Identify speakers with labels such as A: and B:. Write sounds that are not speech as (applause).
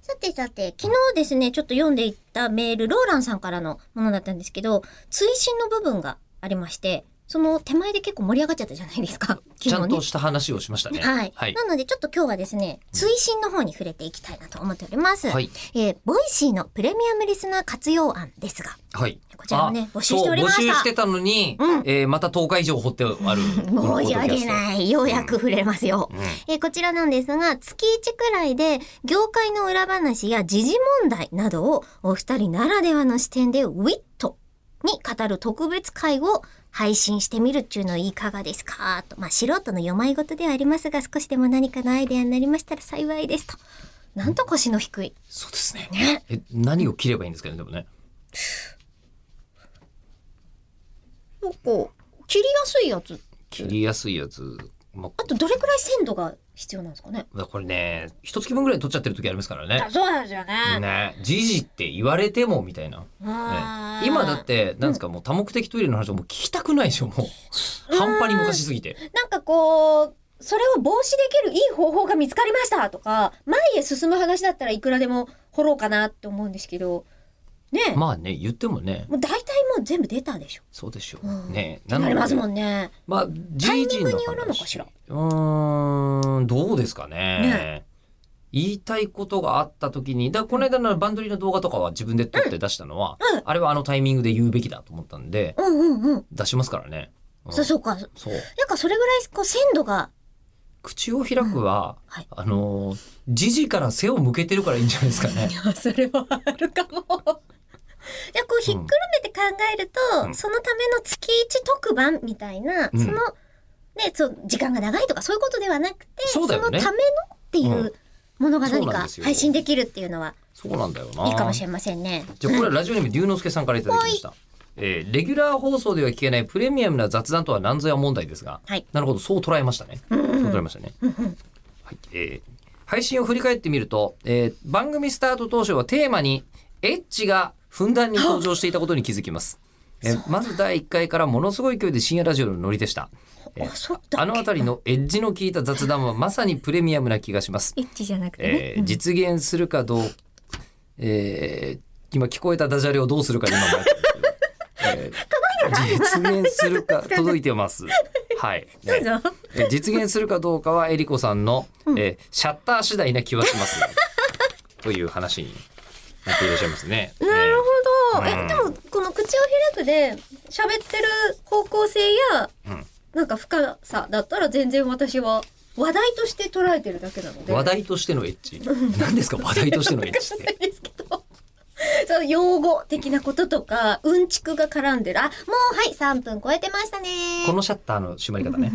A: さてさて、昨日ですね、ちょっと読んでいったメール、ローランさんからのものだったんですけど、追伸の部分がありまして、その手前で結構盛り上がっちゃったじゃないですか。 (laughs)
B: ちゃ
A: 昨
B: ん
A: 日ね
B: と。した話をしましたね。
A: はい、
B: はい。
A: なのでちょっと今日はですね、追伸の方に触れていきたいなと思っております。
B: はい。
A: えーボイシーのプレミアムリスナー活用案ですが、
B: はい。
A: こちらをね
B: あ
A: 募集しておりました
B: そう募集してたのに、
A: うん
B: えーまた10日以上掘ってある。
A: 申し訳
B: い。
A: ない。ようやく触れますよ。
B: うん
A: えーこちらなんですが、月1くらいで、業界の裏話や時事問題などを、お二人ならではの視点で、ウィットに語る特別会を配信してみるっていうのはいかがですかと。まあ、素人のよまいごとではありますが、少しでも何かのアイデアになりましたら幸いですと。なんと腰の低い。
B: そうですね。
A: ね。
B: え、何を切ればいいんですかね、でもね。
A: なんか、切りやすいやつ。
B: 切りやすいやつ。ま
A: あと、どれくらい鮮度が必要なんですかね。
B: あ、これね、一月分ぐらい取っちゃってる時ありますからね。
A: そうなんですよね
B: ね、時事って言われてもみたいな。ね
A: あー
B: 今だって、なんですか、もう多目的トイレの話をもう聞きたくないでしょ、もう。半端に昔すぎて。
A: なんかこう、それを防止できるいい方法が見つかりましたとか、前へ進む話だったらいくらでも掘ろうかなって思うんですけど、ねえ、
B: まあね、言ってもね、
A: もう大体もう全部出たでしょ。
B: そうでしょ
A: う
B: う。
A: ん
B: ね、な
A: な
B: ので
A: りますもんね。
B: まあ、
A: タイ
B: 時
A: ミング
B: 事の話
A: によるのかしら。
B: うーん、どうですかね。
A: ね
B: 言いたいことがあった時に、だからこの間のバンドリーの動画とかは自分で撮って出したのは、
A: うんうん
B: あれはあのタイミングで言うべきだと思ったんで、
A: うんうんうん。
B: 出しますからね。うん
A: そうそうか。なん
B: そう。
A: かそれぐらいこう鮮度が、
B: 口を開くは、
A: はい
B: あのー、時事から背を向けてるからいいんじゃないです
A: (laughs)
B: かね。
A: それはあるかも。 (laughs) じゃあこうひっくるめて考えると、
B: うん
A: そのための月一特番みたいな、
B: うん
A: その、ね、そう、時間が長いとかそういうことではなくて、
B: そうだよね
A: のためのっていううんものが何
B: そうなん
A: か
B: ですよ
A: 配信できるっていうのは
B: そうなんだよな。
A: いいかもしれませんね。
B: じゃあこれはラジオネーム龍之介さんからいただきました。えーレギュラー放送では聞けないプレミアムな雑談とは何ぞや問題ですが、
A: はい
B: なるほど、そう捉えましたね。
A: うんうん
B: そう捉えましたね。はいえー配信を振り返ってみると、えー番組スタート当初はテーマに、エッチがふんだんに登場していたことに気づきます。えーまず第1回からものすごい勢いで深夜ラジオのノリでした。えー
A: あ、そうだ。
B: あの辺りのエッジの効いた雑談はまさにプレミアムな気がします。
A: (laughs) エッチじゃなくてね。
B: えー実現するかどう、えー今聞こえたダジャレをどうするか今もやってるんですけど、えー実現するか届いてます。はい。
A: どうぞ。
B: えー実現するかどうかはえりこさんの、えーシャッター次第な気はし
A: (laughs)
B: ます、という話になっていらっしゃいますね。
A: なるほど。
B: う
A: え、
B: ん
A: でも、この口を開くで喋ってる方向性や、
B: うん
A: なんか深さだったら全然私は話題として捉えてるだけなの
B: えー
A: で。
B: 話題としてのエッジ。何ですか話題としてのエッジ
A: わ
B: っ
A: かんな
B: て。
A: いですけど。 (laughs) その用語的なこととか、うんちくが絡んでる。あ、もうはい、3分超えてましたね。
B: このシャッターの閉まり方ね。